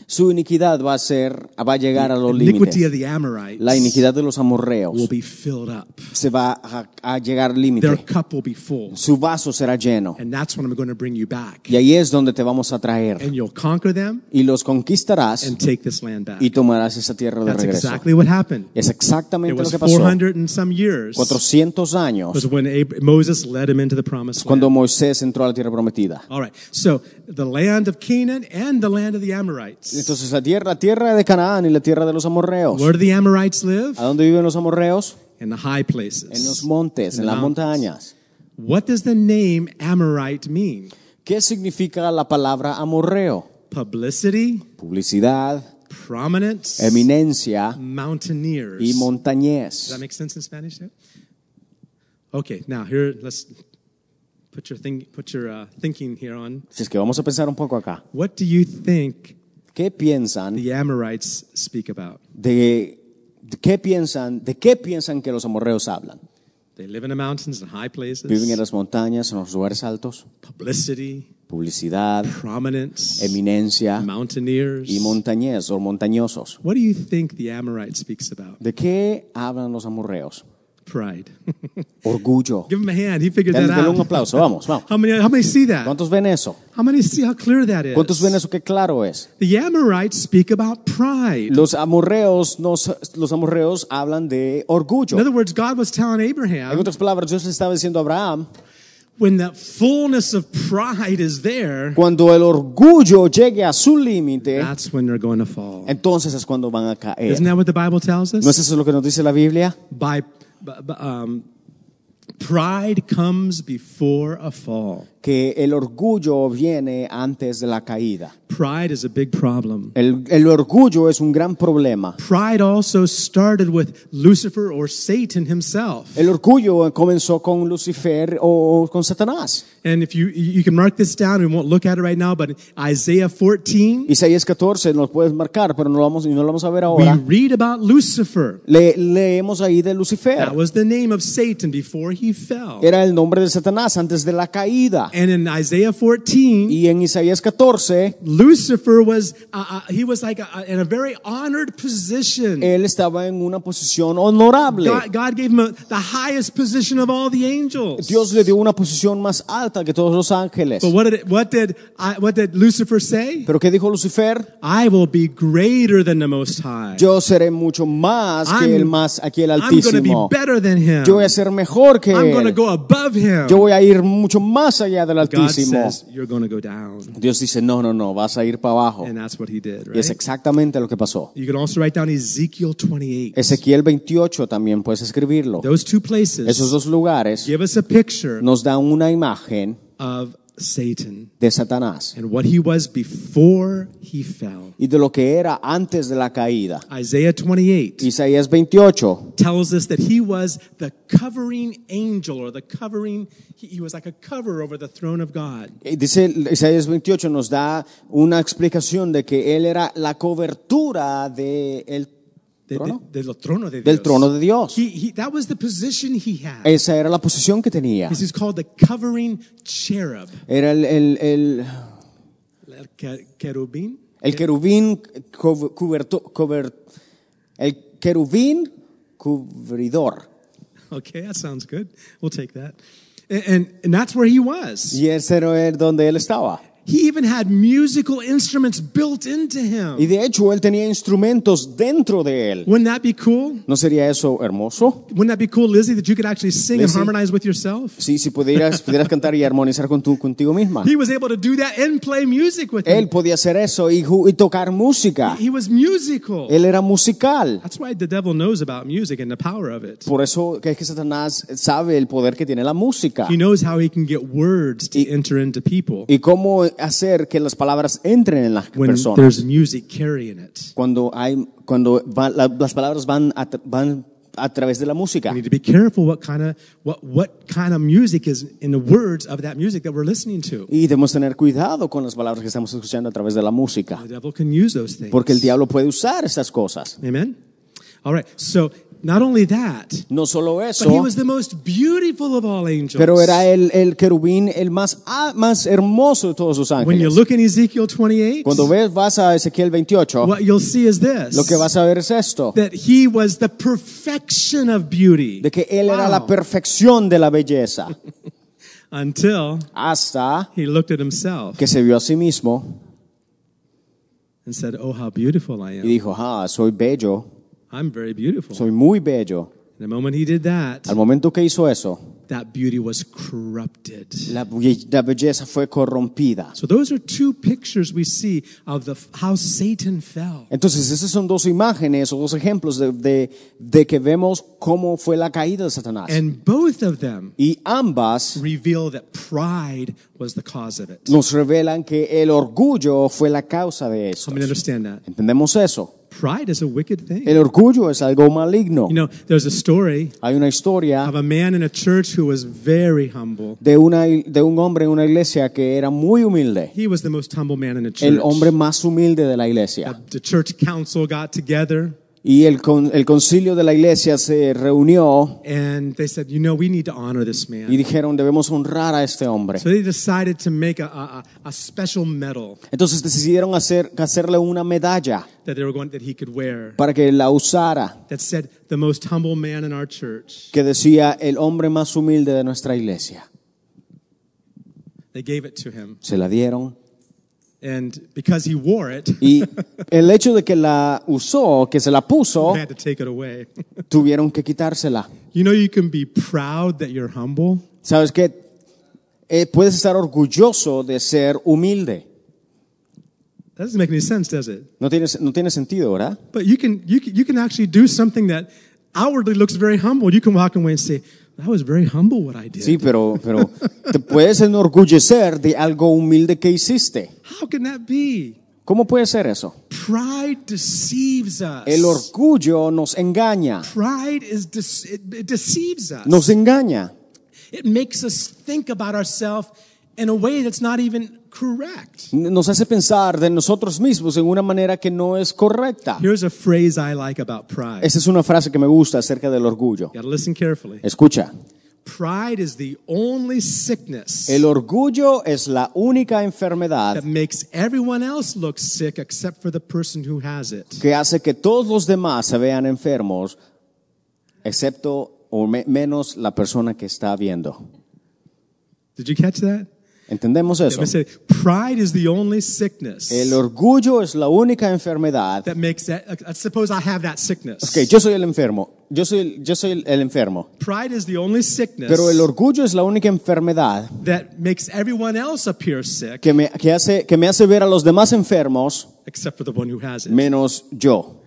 Speaker 2: su iniquidad va a ser, va a llegar a los
Speaker 1: Iniquity of
Speaker 2: límites.
Speaker 1: the Amorites
Speaker 2: La iniquidad de los
Speaker 1: will
Speaker 2: amorreos
Speaker 1: be filled up.
Speaker 2: se va a, a llegar al
Speaker 1: Their
Speaker 2: límite.
Speaker 1: cup will be full,
Speaker 2: Su vaso será lleno.
Speaker 1: and that's when I'm going to bring you back,
Speaker 2: Y ahí es donde te vamos a traer.
Speaker 1: and you'll conquer them
Speaker 2: Y los conquistarás
Speaker 1: and take this land back."
Speaker 2: y tomarás esa tierra de
Speaker 1: That's
Speaker 2: regreso.
Speaker 1: exactly what happened.
Speaker 2: Es
Speaker 1: It
Speaker 2: exactamente lo
Speaker 1: was
Speaker 2: que pasó.
Speaker 1: 400 and some years
Speaker 2: 400 años
Speaker 1: was when Ab- Moses led him into the promised land.
Speaker 2: cuando Moisés entró a la tierra prometida.
Speaker 1: All right. So the land of Canaan and the land of the Amorites.
Speaker 2: Entonces la tierra, la tierra de Canaán y la tierra de los amorreos.
Speaker 1: Where do the Amorites live?
Speaker 2: ¿A dónde viven los amorreos?
Speaker 1: In the high
Speaker 2: En los
Speaker 1: places.
Speaker 2: montes, en las montañas.
Speaker 1: What does the name Amorite mean?
Speaker 2: ¿Qué significa la palabra amorreo?
Speaker 1: Publicity,
Speaker 2: Publicidad,
Speaker 1: prominence,
Speaker 2: eminencia
Speaker 1: mountaineers.
Speaker 2: y
Speaker 1: Does
Speaker 2: montañés.
Speaker 1: that make sense in Spanish? There? Okay. Now here, let's put your thing, put your uh, thinking here on.
Speaker 2: Así es que vamos a pensar un poco acá.
Speaker 1: What do you think
Speaker 2: ¿Qué piensan
Speaker 1: the Amorites speak about?
Speaker 2: de, de qué piensan de qué piensan que los amorreos hablan?
Speaker 1: They live in the mountains and high
Speaker 2: Viven en
Speaker 1: places.
Speaker 2: las montañas, en los lugares altos.
Speaker 1: Publicity,
Speaker 2: Publicidad,
Speaker 1: prominence,
Speaker 2: eminencia
Speaker 1: mountaineers.
Speaker 2: y montañés o montañosos.
Speaker 1: What do you think the Amorite speaks about?
Speaker 2: ¿De qué hablan los amorreos?
Speaker 1: Pride.
Speaker 2: Orgullo.
Speaker 1: Give him a hand. He figured that
Speaker 2: Denle un
Speaker 1: out.
Speaker 2: aplauso, vamos, vamos.
Speaker 1: How many, how many see that?
Speaker 2: ¿Cuántos ven eso?
Speaker 1: How many see how clear that is?
Speaker 2: ¿Cuántos ven eso que claro es?
Speaker 1: The Amorites speak about pride.
Speaker 2: Los amorreos, nos- los amorreos hablan de orgullo.
Speaker 1: In other words, God was telling
Speaker 2: En
Speaker 1: Abraham,
Speaker 2: otras palabras, Dios le estaba diciendo a Abraham,
Speaker 1: when that fullness of pride is there,
Speaker 2: cuando el orgullo llegue a su límite,
Speaker 1: that's when they're going to fall.
Speaker 2: entonces es cuando van a caer.
Speaker 1: Isn't that what the Bible tells
Speaker 2: ¿No
Speaker 1: us?
Speaker 2: es eso lo que nos dice la Biblia?
Speaker 1: By, b- b- um, pride comes before a fall.
Speaker 2: Que el orgullo viene antes de la caída.
Speaker 1: Pride is a big problem.
Speaker 2: El, el orgullo es un gran problema.
Speaker 1: Pride also started with Lucifer or Satan himself.
Speaker 2: El orgullo comenzó con Lucifer o o con Satanás.
Speaker 1: And if you you can mark this down, we won't look at it right now, but Isaiah 14,
Speaker 2: Isaías 14 nos puedes marcar, pero no lo vamos, no lo vamos a ver
Speaker 1: we
Speaker 2: ahora.
Speaker 1: read about Lucifer.
Speaker 2: Le- leemos ahí de
Speaker 1: That
Speaker 2: Lucifer.
Speaker 1: was the name of Satan before he fell.
Speaker 2: Era el nombre de Satanás antes de la caída. Judá.
Speaker 1: And in Isaiah 14,
Speaker 2: Y en Isaías 14,
Speaker 1: Lucifer was, uh, uh, he was like a, in a very honored position.
Speaker 2: él estaba en una posición honorable.
Speaker 1: God, God gave him a, the highest position of all the angels.
Speaker 2: Dios le dio una posición más alta que todos los ángeles.
Speaker 1: But what did, it, what did, I, what did Lucifer say?
Speaker 2: Pero ¿qué dijo Lucifer?
Speaker 1: I will be greater than the Most High.
Speaker 2: Yo seré mucho más que el más aquí el
Speaker 1: I'm going to be
Speaker 2: Altísimo.
Speaker 1: better than him.
Speaker 2: Yo voy a ser mejor que
Speaker 1: I'm going to
Speaker 2: él.
Speaker 1: go above him.
Speaker 2: Yo voy a ir mucho más allá del
Speaker 1: God
Speaker 2: Altísimo.
Speaker 1: says, you're going to go down.
Speaker 2: Dios dice, no, no, no, vas a ir para abajo.
Speaker 1: And that's what he did,
Speaker 2: Y es
Speaker 1: right?
Speaker 2: exactamente lo que pasó.
Speaker 1: You can also write down Ezekiel 28.
Speaker 2: Ezequiel 28 también puedes escribirlo.
Speaker 1: Those two places
Speaker 2: Esos dos lugares
Speaker 1: give us a picture
Speaker 2: nos dan una imagen
Speaker 1: of Satan
Speaker 2: de Satanás
Speaker 1: and what he was before he fell.
Speaker 2: y de lo que era antes de la caída.
Speaker 1: Isaiah 28
Speaker 2: Isaías 28
Speaker 1: tells us that he was the covering angel or the covering, he, he was like a cover over the throne of God.
Speaker 2: eh, dice Isaías 28 nos da una explicación de que él era la cobertura de el
Speaker 1: De- de-
Speaker 2: trono,
Speaker 1: del trono de
Speaker 2: del
Speaker 1: Dios.
Speaker 2: trono de Dios.
Speaker 1: He, he, that was the position he had.
Speaker 2: Esa era la posición que tenía.
Speaker 1: This is called the covering cherub.
Speaker 2: Era el, el, el,
Speaker 1: El que- Querubín?
Speaker 2: el querubín cu- cuberto- cuber- el querubín cubridor.
Speaker 1: Okay, that sounds good. We'll take that. And, and, and that's where he was.
Speaker 2: Y ese era el- donde él estaba.
Speaker 1: He even had musical instruments built into
Speaker 2: Y
Speaker 1: him.
Speaker 2: de hecho, él tenía instrumentos dentro de él.
Speaker 1: Wouldn't that be cool?
Speaker 2: ¿No sería eso hermoso?
Speaker 1: Wouldn't that be cool, Lizzie, that you could actually sing and
Speaker 2: Lizzie?
Speaker 1: harmonize with yourself?
Speaker 2: Sí, si pudieras, pudieras cantar y armonizar con tu, contigo misma.
Speaker 1: He was able to do that and play music with
Speaker 2: Él
Speaker 1: him.
Speaker 2: podía hacer eso y, ju- y tocar música.
Speaker 1: He was musical.
Speaker 2: Él era musical.
Speaker 1: That's why the devil knows about music and the power of it.
Speaker 2: Por eso que es que Satanás sabe el poder que tiene la música
Speaker 1: He knows how he can get words to
Speaker 2: Y-
Speaker 1: enter into people
Speaker 2: y cómo hacer que las palabras entren en las
Speaker 1: when
Speaker 2: personas.
Speaker 1: there's music carrying it.
Speaker 2: Cuando hay, cuando va- la- las palabras van a, tra- van a través de la música.
Speaker 1: We need to be careful what kind of what what kind of music is in the words of that music that we're listening to.
Speaker 2: Y debemos tener cuidado con las palabras que estamos escuchando a través de la música,
Speaker 1: The devil can use those things.
Speaker 2: porque el diablo puede usar estas cosas.
Speaker 1: Amen. All right. So not only that,
Speaker 2: No solo
Speaker 1: but he
Speaker 2: eso,
Speaker 1: was the most beautiful of all angels.
Speaker 2: pero era el, el querubín el más, ah, más hermoso de todos los
Speaker 1: when you
Speaker 2: ángeles.
Speaker 1: look in Ezekiel 28,
Speaker 2: Cuando ves, vas a Ezequiel 28,
Speaker 1: what you'll see is this.
Speaker 2: lo que vas a ver es esto,
Speaker 1: that he was the perfection of beauty
Speaker 2: de que él era
Speaker 1: Wow.
Speaker 2: la perfección de la belleza,
Speaker 1: until
Speaker 2: hasta
Speaker 1: he looked at himself
Speaker 2: que se vio a sí mismo
Speaker 1: and said, Oh, how beautiful I
Speaker 2: y
Speaker 1: am.
Speaker 2: dijo, ah, soy bello,
Speaker 1: I'm very beautiful.
Speaker 2: soy muy bello.
Speaker 1: the moment he did that,
Speaker 2: Al momento que hizo eso,
Speaker 1: that beauty was corrupted.
Speaker 2: la, be- la belleza fue corrompida.
Speaker 1: So those are two pictures we see of the how Satan fell.
Speaker 2: Entonces, esas son dos imágenes o dos ejemplos de, de- de que vemos cómo fue la caída de Satanás.
Speaker 1: And both of them
Speaker 2: y ambas
Speaker 1: reveal that pride was the cause of it.
Speaker 2: nos revelan que el orgullo fue la causa de esto.
Speaker 1: Let me understand that.
Speaker 2: Entendemos eso.
Speaker 1: Pride is a wicked thing.
Speaker 2: El orgullo es algo maligno.
Speaker 1: You know, there's a story
Speaker 2: Hay una historia
Speaker 1: of a man in a church who was very humble.
Speaker 2: de, una, de un hombre en una iglesia que era muy humilde.
Speaker 1: He was the most humble man in the church. Uh,
Speaker 2: El hombre más humilde de la iglesia.
Speaker 1: The church council got together
Speaker 2: Y el, con- el concilio de la iglesia se reunió
Speaker 1: and they said, you know, we need to honor this
Speaker 2: y
Speaker 1: man.
Speaker 2: dijeron, debemos honrar a este hombre.
Speaker 1: So they decided to make a, a, a- a special medal
Speaker 2: Entonces decidieron hacer, hacerle una medalla
Speaker 1: that they were going that he could wear
Speaker 2: para que la usara.
Speaker 1: that said the most humble man in our church.
Speaker 2: que decía el hombre más humilde de nuestra iglesia.
Speaker 1: They gave it to him.
Speaker 2: Se la dieron.
Speaker 1: And because he wore it,
Speaker 2: Y el hecho de que la usó, que se la puso,
Speaker 1: they had to take it away.
Speaker 2: tuvieron que quitársela.
Speaker 1: you know you can be proud that you're humble,
Speaker 2: ¿Sabes qué? Eh, puedes estar orgulloso de ser humilde.
Speaker 1: That doesn't make any sense, does it?
Speaker 2: No tiene, no tiene sentido, ¿verdad?
Speaker 1: But you can, you can, you can actually do something that outwardly looks very humble. You can walk away and say, that was very humble what I did.
Speaker 2: Sí, pero, pero te puedes enorgullecer de algo humilde que hiciste.
Speaker 1: How can that be?
Speaker 2: ¿Cómo puede ser eso?
Speaker 1: Pride deceives us.
Speaker 2: El orgullo nos engaña.
Speaker 1: Pride is de- it, it deceives us.
Speaker 2: Nos engaña.
Speaker 1: It makes us think about ourselves in a way that's not even correct.
Speaker 2: Nos hace pensar de nosotros mismos en una manera que no es correcta.
Speaker 1: Here's a phrase I like about pride.
Speaker 2: Esa es una frase que me gusta acerca del orgullo.
Speaker 1: Got to listen carefully.
Speaker 2: Escucha,
Speaker 1: Pride is the only sickness
Speaker 2: El orgullo es la única enfermedad
Speaker 1: that makes everyone else look sick except for the person who has it.
Speaker 2: que hace que todos los demás se vean enfermos, excepto o me- menos la persona que está viendo.
Speaker 1: Did you catch that?
Speaker 2: ¿Entendemos eso?
Speaker 1: I said, pride is the only sickness
Speaker 2: El orgullo es la única enfermedad.
Speaker 1: that makes that. uh, uh, Suppose I have that sickness.
Speaker 2: Que yo soy el enfermo. Yo soy, el- yo soy el, el enfermo.
Speaker 1: Pride is the only sickness
Speaker 2: Pero el orgullo es la única enfermedad
Speaker 1: that makes everyone else appear sick
Speaker 2: que me, que hace, que me hace ver a los demás enfermos
Speaker 1: except for the one who has it.
Speaker 2: menos yo.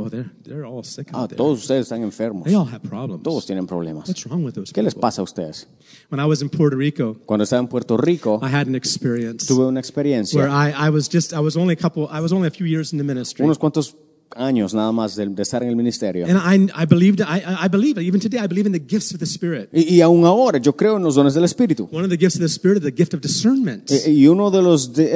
Speaker 1: Oh, they're, they're all sick
Speaker 2: Ah,
Speaker 1: out there.
Speaker 2: todos ustedes están enfermos.
Speaker 1: They all have problems.
Speaker 2: Todos tienen problemas.
Speaker 1: What's wrong with those
Speaker 2: ¿Qué les
Speaker 1: people?
Speaker 2: pasa a ustedes?
Speaker 1: When I was in Puerto Rico,
Speaker 2: Cuando estaba en Puerto Rico,
Speaker 1: I had an experience
Speaker 2: tuve una
Speaker 1: where
Speaker 2: experiencia,
Speaker 1: I, I was just, I was only a couple, I was only a few years in the ministry.
Speaker 2: unos cuantos años nada más de, de estar en el ministerio.
Speaker 1: And I, I believed, I, I- I believe, even today, I believe in the gifts of the Spirit.
Speaker 2: Y, y aún ahora, yo creo en los dones del Espíritu.
Speaker 1: One of the gifts of the Spirit is the gift of discernment.
Speaker 2: Y y uno de los, de, eh,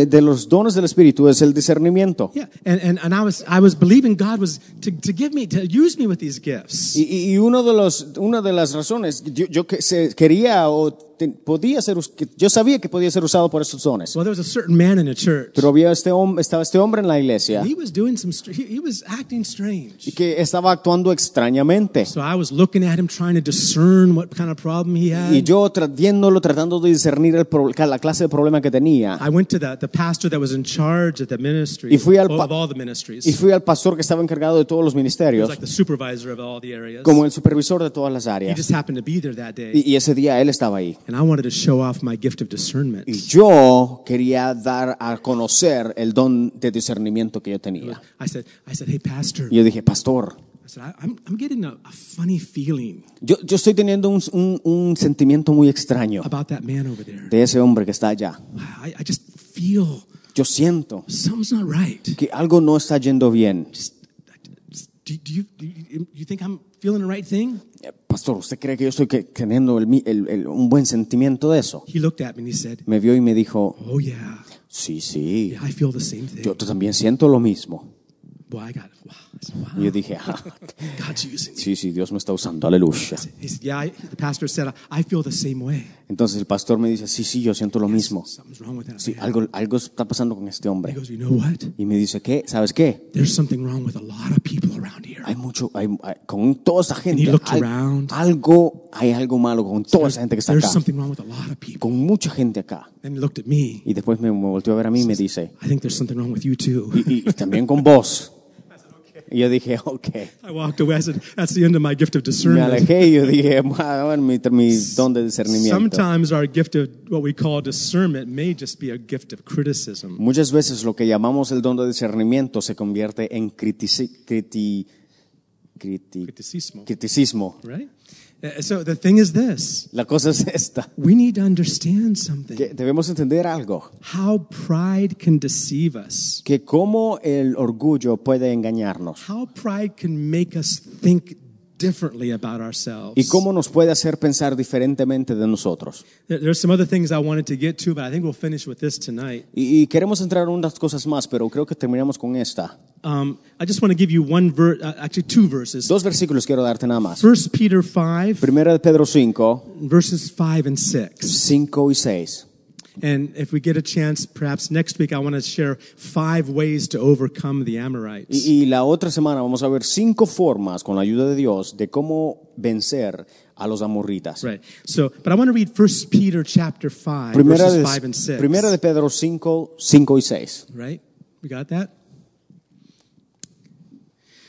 Speaker 2: eh, de los dones del Espíritu es el discernimiento.
Speaker 1: Yeah, and, and, and I was I was believing God was to, to give me to use me with these gifts.
Speaker 2: Y, y- y uno de los, una de las razones, yo, yo que se- quería o te- podía ser, us- que- yo sabía que podía ser usado por estos dones.
Speaker 1: Well, there was a certain man in the church.
Speaker 2: Pero había este hom- estaba este hombre en la iglesia
Speaker 1: He was doing some str- he, he was acting strange.
Speaker 2: y que estaba actuando extrañamente.
Speaker 1: So I was looking at him trying to discern what kind of problem he
Speaker 2: Y
Speaker 1: had.
Speaker 2: yo tra- viéndolo, tratando de discernir el pro- la clase de problema que tenía.
Speaker 1: I went to the, the pastor that was in charge of the ministry
Speaker 2: Y fui al pa-
Speaker 1: of all the ministries.
Speaker 2: Y fui al pastor que estaba encargado de todos los
Speaker 1: he was
Speaker 2: ministerios,
Speaker 1: like the supervisor of all the areas.
Speaker 2: como el supervisor de todas las
Speaker 1: He
Speaker 2: áreas.
Speaker 1: just happened to be there that day.
Speaker 2: Y, y ese día él estaba ahí.
Speaker 1: and I wanted to show off my gift of discernment.
Speaker 2: Y yo quería dar a conocer el don de discernimiento que yo tenía.
Speaker 1: I said, I said, hey, pastor.
Speaker 2: Y yo dije, pastor,
Speaker 1: I said, I, I'm, I'm getting a, a funny feeling
Speaker 2: yo, yo estoy teniendo un, un- un sentimiento muy extraño
Speaker 1: about that man over there.
Speaker 2: de ese hombre que está allá.
Speaker 1: I, I just feel
Speaker 2: Yo siento
Speaker 1: something's not right.
Speaker 2: que algo no está yendo bien.
Speaker 1: Just, just- do, do you, do you you think I'm feeling the right thing?
Speaker 2: Eh, Pastor, ¿usted cree que yo estoy que- teniendo el mi- el- el- un buen sentimiento de eso?
Speaker 1: He looked at me and he said,
Speaker 2: Me vio y me dijo,
Speaker 1: "Oh yeah,
Speaker 2: sí, sí,
Speaker 1: yeah I feel the same thing."
Speaker 2: yo también siento lo mismo.
Speaker 1: Boy, I got wow, I said, wow.
Speaker 2: Y yo dije, "Ah,
Speaker 1: God's using me.
Speaker 2: sí, sí, Dios me está usando, aleluya.
Speaker 1: He said, "Yeah." I, the pastor said, "I feel the same way.
Speaker 2: Entonces el pastor me dice, sí, sí, yo siento lo mismo.
Speaker 1: Something's wrong with that."
Speaker 2: Sí,
Speaker 1: man."
Speaker 2: algo, algo está pasando con este
Speaker 1: He
Speaker 2: hombre.
Speaker 1: goes, "You know what?
Speaker 2: Y me dice, ¿qué? ¿Sabes qué?
Speaker 1: There's something wrong with a lot of people around here."
Speaker 2: Hay mucho, hay, hay- con toda esa gente,
Speaker 1: he looked
Speaker 2: al-
Speaker 1: around.
Speaker 2: algo, hay algo malo con toda esa gente que está
Speaker 1: There's
Speaker 2: acá,
Speaker 1: something wrong with a lot of people.
Speaker 2: con mucha gente acá.
Speaker 1: And he looked at me.
Speaker 2: Y después me volteó a ver a mí y me dice,
Speaker 1: I think there's something wrong with you too.
Speaker 2: y, y- y también con vos. Y yo dije, ok.
Speaker 1: I walked away. I said, "That's the end of my gift of
Speaker 2: Me
Speaker 1: discernment."
Speaker 2: alejé y yo dije, bueno, mi, mi don de discernimiento.
Speaker 1: Sometimes our gift of what we call discernment may just be a gift of criticism.
Speaker 2: Muchas veces lo que llamamos el don de discernimiento se convierte en critici- criti- criti-
Speaker 1: Criticismo,
Speaker 2: criticismo.
Speaker 1: right? Uh, So the thing is this
Speaker 2: La cosa es esta,
Speaker 1: we need to understand something
Speaker 2: que debemos entender algo,
Speaker 1: how pride can deceive us,
Speaker 2: que cómo el orgullo puede engañarnos
Speaker 1: how pride can make us think differently about
Speaker 2: y
Speaker 1: ourselves.
Speaker 2: cómo nos puede hacer pensar diferentemente de nosotros.
Speaker 1: There- There's some other things I wanted to get to, but I think we'll finish with this tonight.
Speaker 2: Y, y queremos entrar en unas cosas más, pero creo que terminamos con esta.
Speaker 1: Um, I just want to give you one verse, uh, actually, two verses.
Speaker 2: Dos versículos quiero darte nada más.
Speaker 1: 1 Peter 5,
Speaker 2: Primera de Pedro 5,
Speaker 1: verses 5 and 6.
Speaker 2: 5 y 6.
Speaker 1: And if we get a chance, perhaps next week, I want to share five ways to overcome the Amorites.
Speaker 2: Y, y la otra semana vamos a ver cinco formas, con la ayuda de Dios, de cómo vencer a los amorritas.
Speaker 1: Right. So, but I want to read First Peter chapter 5,
Speaker 2: Primera
Speaker 1: verses
Speaker 2: de,
Speaker 1: 5 and 6.
Speaker 2: primera de Pedro 5, 5 y 6.
Speaker 1: Right? We got that?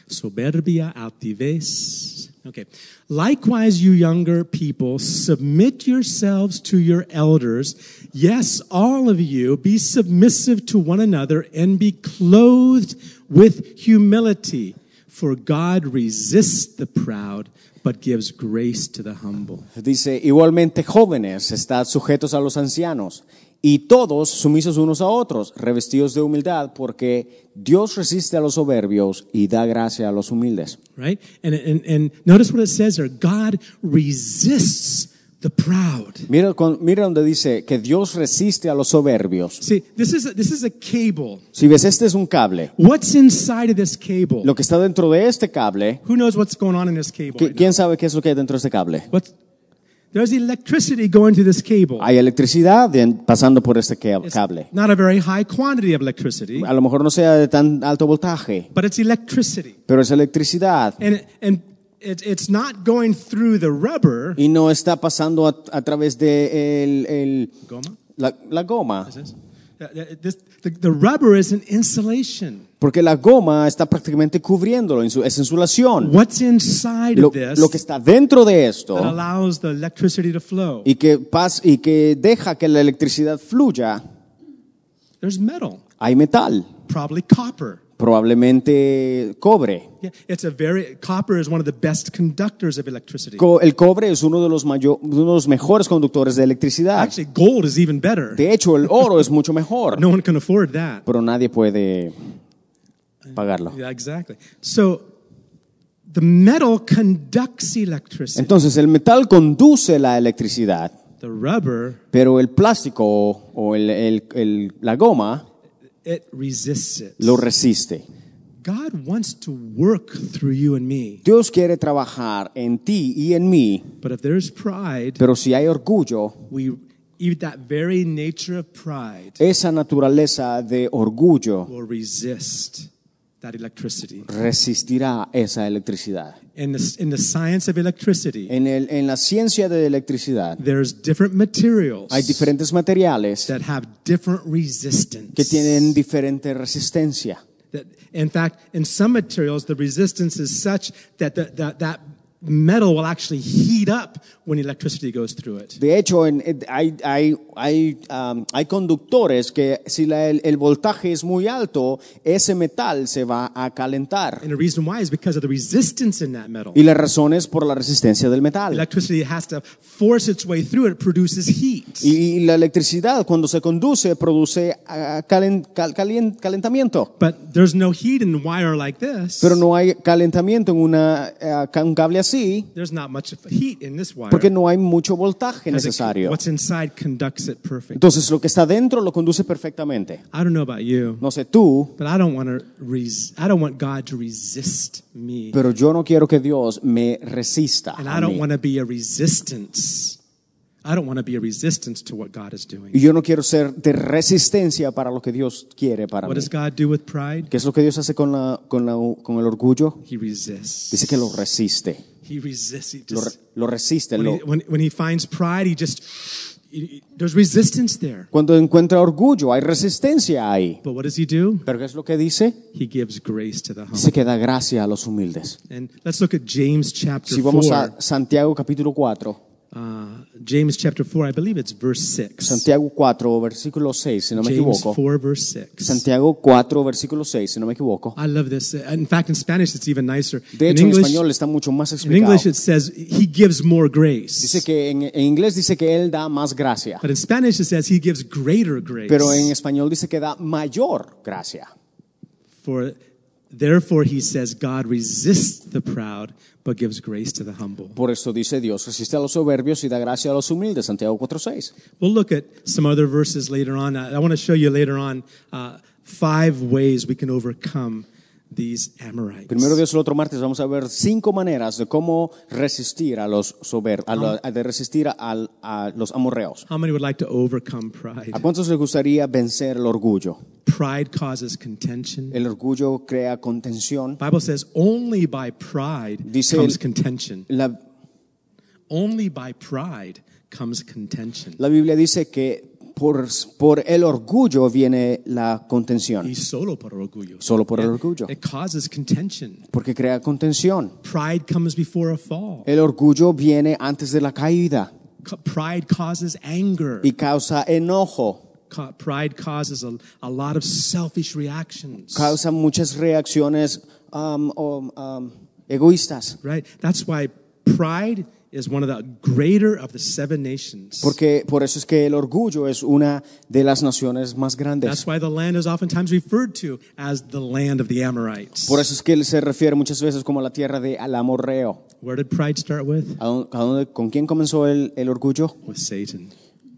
Speaker 1: Soberbia altivez. Okay. Likewise, you younger people, submit yourselves to your elders. Yes, all of you, be submissive to one another and be clothed with humility. For God resists the proud, but gives grace to the humble.
Speaker 2: Dice, igualmente jóvenes, estad sujetos a los ancianos y todos sumisos unos a otros, revestidos de humildad, porque Dios resiste a los soberbios y da gracia a los humildes.
Speaker 1: Right? And, and, and notice what it says there God resists the proud.
Speaker 2: Mira, con- mira donde dice que Dios resiste a los soberbios.
Speaker 1: See, this is a, this is a cable.
Speaker 2: Si ves, este es un cable.
Speaker 1: What's inside of this cable?
Speaker 2: Lo que está dentro de este cable,
Speaker 1: Who knows what's going on in this cable?
Speaker 2: ¿qui-
Speaker 1: right now?
Speaker 2: ¿quién sabe qué es lo que hay dentro de este cable?
Speaker 1: What's There's electricity going through this cable.
Speaker 2: Hay electricidad de- pasando por este que-
Speaker 1: It's
Speaker 2: cable.
Speaker 1: Not a very high quantity of electricity,
Speaker 2: A lo mejor no sea de tan alto voltaje,
Speaker 1: but it's electricity.
Speaker 2: pero es electricidad.
Speaker 1: And, it- and it, it's not going through the rubber.
Speaker 2: Y no está pasando a, a través de el- el-
Speaker 1: Goma?
Speaker 2: la, la goma.
Speaker 1: Is this? Uh, uh, this- the, the rubber is an insulation.
Speaker 2: Porque la goma está prácticamente cubriéndolo, insu- es insulación.
Speaker 1: What's inside
Speaker 2: Lo,
Speaker 1: of this
Speaker 2: lo que está dentro de
Speaker 1: that
Speaker 2: esto
Speaker 1: allows the electricity to flow?
Speaker 2: y que, pas- y que deja que la electricidad fluya,
Speaker 1: There's metal,
Speaker 2: hay metal,
Speaker 1: probably copper.
Speaker 2: probablemente cobre.
Speaker 1: Yeah, it's a very copper is one of the best conductors of electricity.
Speaker 2: Co- el cobre es uno de los, mayo- uno de los mejores conductores de electricidad.
Speaker 1: Actually, gold is even better.
Speaker 2: De hecho, el oro es mucho mejor,
Speaker 1: No one can afford that.
Speaker 2: pero nadie puede pagarlo.
Speaker 1: Yeah, exactly. So the metal conducts electricity.
Speaker 2: Entonces, el metal conduce la electricidad,
Speaker 1: The rubber
Speaker 2: pero el plástico o el- el- el- la goma
Speaker 1: it resists it.
Speaker 2: lo resiste.
Speaker 1: God wants to work through you and me,
Speaker 2: Dios quiere trabajar en ti y en mí,
Speaker 1: but if there's pride,
Speaker 2: pero si hay orgullo,
Speaker 1: we even that very nature of pride
Speaker 2: esa naturaleza de orgullo
Speaker 1: will resist that electricity.
Speaker 2: resistirá esa electricidad.
Speaker 1: In the, in the science of electricity,
Speaker 2: En, el- en la ciencia de electricidad
Speaker 1: there's different materials
Speaker 2: hay diferentes materiales
Speaker 1: that have different resistance.
Speaker 2: que tienen diferente resistencia.
Speaker 1: That, in fact, in some materials, the resistance is such that the, that that metal will actually heat up when electricity goes through it.
Speaker 2: De hecho, en- en- hay, hay, hay, um, hay conductores que si la- el, el voltaje es muy alto, ese metal se va a calentar.
Speaker 1: And the reason why is because of the resistance in that metal.
Speaker 2: Y la razón es por la resistencia del metal.
Speaker 1: Electricity has to force its way through it, it produces heat.
Speaker 2: Y, y la electricidad cuando se conduce produce ah, calen- cal- calien- calentamiento.
Speaker 1: But there's no heat in wire like this.
Speaker 2: Pero no hay calentamiento en una, ah, ca- un cable así
Speaker 1: There's not much of heat in this wire.
Speaker 2: porque no hay mucho voltaje
Speaker 1: Because it-
Speaker 2: necesario.
Speaker 1: What's inside conducts it perfect.
Speaker 2: Entonces lo que está dentro lo conduce perfectamente.
Speaker 1: I don't know about you,
Speaker 2: No sé tú,
Speaker 1: but I don't want to res- I don't want God to resist me.
Speaker 2: pero yo no quiero que Dios me resista.
Speaker 1: And
Speaker 2: a
Speaker 1: I don't
Speaker 2: mí.
Speaker 1: want to be a resistance. I don't want to be a resistance to what God is
Speaker 2: Y
Speaker 1: doing.
Speaker 2: yo no quiero ser de resistencia para lo que Dios quiere para
Speaker 1: What
Speaker 2: mí.
Speaker 1: does God do with pride?
Speaker 2: ¿Qué es lo que Dios hace con, la, con, la, con el orgullo?
Speaker 1: He resists.
Speaker 2: Dice que lo resiste.
Speaker 1: He resists. He
Speaker 2: Lo, re-
Speaker 1: just,
Speaker 2: lo resiste.
Speaker 1: when,
Speaker 2: lo-
Speaker 1: he, when, when he finds pride, he just, he- he- there's resistance there.
Speaker 2: cuando encuentra orgullo, hay resistencia ahí.
Speaker 1: But what does he do?
Speaker 2: Pero ¿qué es lo que dice?
Speaker 1: He gives grace to the humble.
Speaker 2: Dice que da gracia a los humildes.
Speaker 1: And let's look at James chapter
Speaker 2: Si
Speaker 1: 4.
Speaker 2: vamos a Santiago capítulo 4,
Speaker 1: Uh, James chapter 4, I believe it's verse 6.
Speaker 2: Santiago 4, versículo 6, si no me
Speaker 1: James
Speaker 2: equivoco.
Speaker 1: 4, verse 6.
Speaker 2: Santiago 4, versículo 6, si no me equivoco.
Speaker 1: I love this. In fact, in Spanish, it's even nicer.
Speaker 2: De
Speaker 1: in
Speaker 2: hecho, en
Speaker 1: English,
Speaker 2: español está mucho más
Speaker 1: in
Speaker 2: explicado.
Speaker 1: English it says, He gives more grace.
Speaker 2: Dice que en, en inglés dice que Él da más gracia,
Speaker 1: But in Spanish it says he gives greater grace.
Speaker 2: pero en español dice que da mayor gracia.
Speaker 1: For therefore he says God resists the proud but gives grace to the humble.
Speaker 2: Por eso dice Dios, resiste a los soberbios y da gracia a los humildes, Santiago 4.6.
Speaker 1: We'll look at some other verses later on. I, I want to show you later on uh, five ways we can overcome these Amorites.
Speaker 2: Primero Dios, el otro martes vamos a ver cinco maneras de cómo resistir a los soberbios, de resistir al- a los amorreos.
Speaker 1: How many would like to overcome pride?
Speaker 2: ¿A cuántos les gustaría vencer el orgullo?
Speaker 1: Pride causes contention.
Speaker 2: El orgullo crea contención.
Speaker 1: Bible says only by pride
Speaker 2: Dice
Speaker 1: comes
Speaker 2: el-
Speaker 1: contention.
Speaker 2: La,
Speaker 1: Only by pride comes contention.
Speaker 2: la Biblia dice que por, por el orgullo viene la contención,
Speaker 1: Y solo por orgullo.
Speaker 2: solo por el orgullo,
Speaker 1: It causes contention.
Speaker 2: porque crea contención.
Speaker 1: Pride comes before a fall.
Speaker 2: El orgullo viene antes de la caída
Speaker 1: Co- Pride causes anger.
Speaker 2: y causa enojo,
Speaker 1: Co- Pride causes a, a lot of selfish reactions.
Speaker 2: causa muchas reacciones um, um, um, egoístas.
Speaker 1: Right? That's why pride is one of the greater of the seven nations.
Speaker 2: Porque por eso es que el orgullo es una de las naciones más grandes.
Speaker 1: That's why the land is oftentimes referred to as the land of the Amorites.
Speaker 2: Por eso es que él se refiere muchas veces como la tierra de Alamorreo.
Speaker 1: Where did pride start with?
Speaker 2: ¿A dónde- a dónde- ¿Con quién comenzó el, el orgullo?
Speaker 1: With Satan.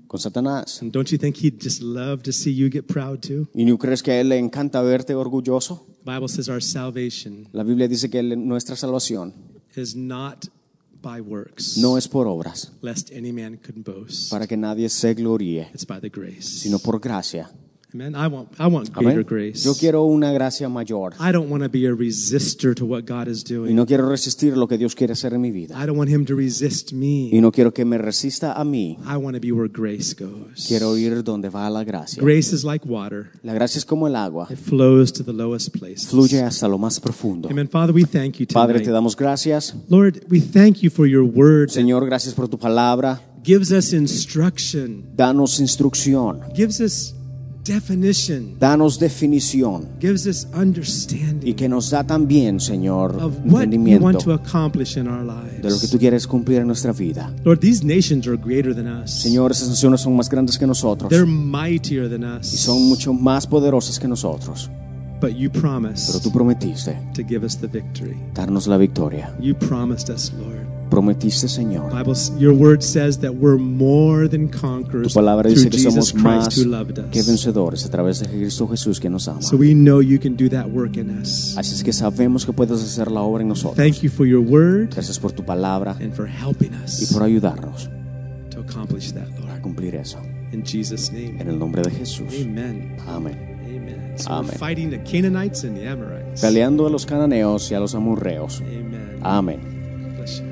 Speaker 2: Con Satanás.
Speaker 1: And don't you think he'd just love to see you get proud too?
Speaker 2: ¿Y no crees que a él le encanta verte orgulloso?
Speaker 1: The Bible says our salvation
Speaker 2: La Biblia dice que él- nuestra salvación
Speaker 1: is not by works,
Speaker 2: No es por obras,
Speaker 1: lest any man could boast.
Speaker 2: para que nadie se gloríe,
Speaker 1: It's by the grace.
Speaker 2: sino por gracia.
Speaker 1: Amen. I want, I want
Speaker 2: Amén.
Speaker 1: greater grace.
Speaker 2: Yo quiero una gracia mayor
Speaker 1: I don't want to be a resistor to what God is
Speaker 2: y
Speaker 1: doing.
Speaker 2: no quiero resistir lo que Dios quiere hacer en mi vida.
Speaker 1: I don't want him to resist me.
Speaker 2: Y no quiero que me resista a mí.
Speaker 1: I want to be where grace goes.
Speaker 2: Quiero ir donde va la gracia.
Speaker 1: Grace is like water.
Speaker 2: La gracia es como el agua,
Speaker 1: It flows to the lowest places.
Speaker 2: fluye hasta lo más profundo.
Speaker 1: Amen. Father, we thank you tonight.
Speaker 2: Padre, te damos gracias.
Speaker 1: Lord, we thank you for your word that
Speaker 2: Señor, gracias por tu palabra.
Speaker 1: gives us instruction,
Speaker 2: Danos instrucción,
Speaker 1: gives us definition,
Speaker 2: danos definición
Speaker 1: gives us
Speaker 2: y
Speaker 1: understanding
Speaker 2: que nos da también, Señor,
Speaker 1: of what you want to
Speaker 2: entendimiento
Speaker 1: accomplish in our
Speaker 2: de lo que
Speaker 1: lives.
Speaker 2: tú quieres cumplir en nuestra vida.
Speaker 1: Lord, these nations are greater than us.
Speaker 2: Señor, esas naciones son más grandes que nosotros
Speaker 1: They're mightier than
Speaker 2: y
Speaker 1: us.
Speaker 2: son mucho más poderosas que nosotros.
Speaker 1: But you
Speaker 2: Pero
Speaker 1: promised
Speaker 2: tú prometiste
Speaker 1: to give us the victory.
Speaker 2: darnos la victoria.
Speaker 1: You promised us, Lord.
Speaker 2: Prometiste, Señor.
Speaker 1: Bible, your word says that we're more than
Speaker 2: Tu
Speaker 1: conquerors
Speaker 2: palabra
Speaker 1: through
Speaker 2: dice que
Speaker 1: Jesus
Speaker 2: somos
Speaker 1: Christ
Speaker 2: más
Speaker 1: who loved
Speaker 2: que
Speaker 1: us.
Speaker 2: vencedores a través de Cristo Jesús que nos ama.
Speaker 1: So we know you can do that work in us.
Speaker 2: Así es que sabemos que puedes hacer la obra en nosotros.
Speaker 1: Thank you for your word
Speaker 2: Gracias por tu palabra
Speaker 1: and for helping
Speaker 2: y
Speaker 1: us
Speaker 2: por ayudarnos
Speaker 1: to accomplish that,
Speaker 2: a
Speaker 1: Lord.
Speaker 2: cumplir eso.
Speaker 1: In Jesus' name,
Speaker 2: En el nombre de Jesús.
Speaker 1: amen.
Speaker 2: Amén.
Speaker 1: Amen. So we're
Speaker 2: Amen.
Speaker 1: fighting the Canaanites and the Amorites.
Speaker 2: peleando a los cananeos y a los amorreos.
Speaker 1: Amen.
Speaker 2: Amén.
Speaker 1: Bless you.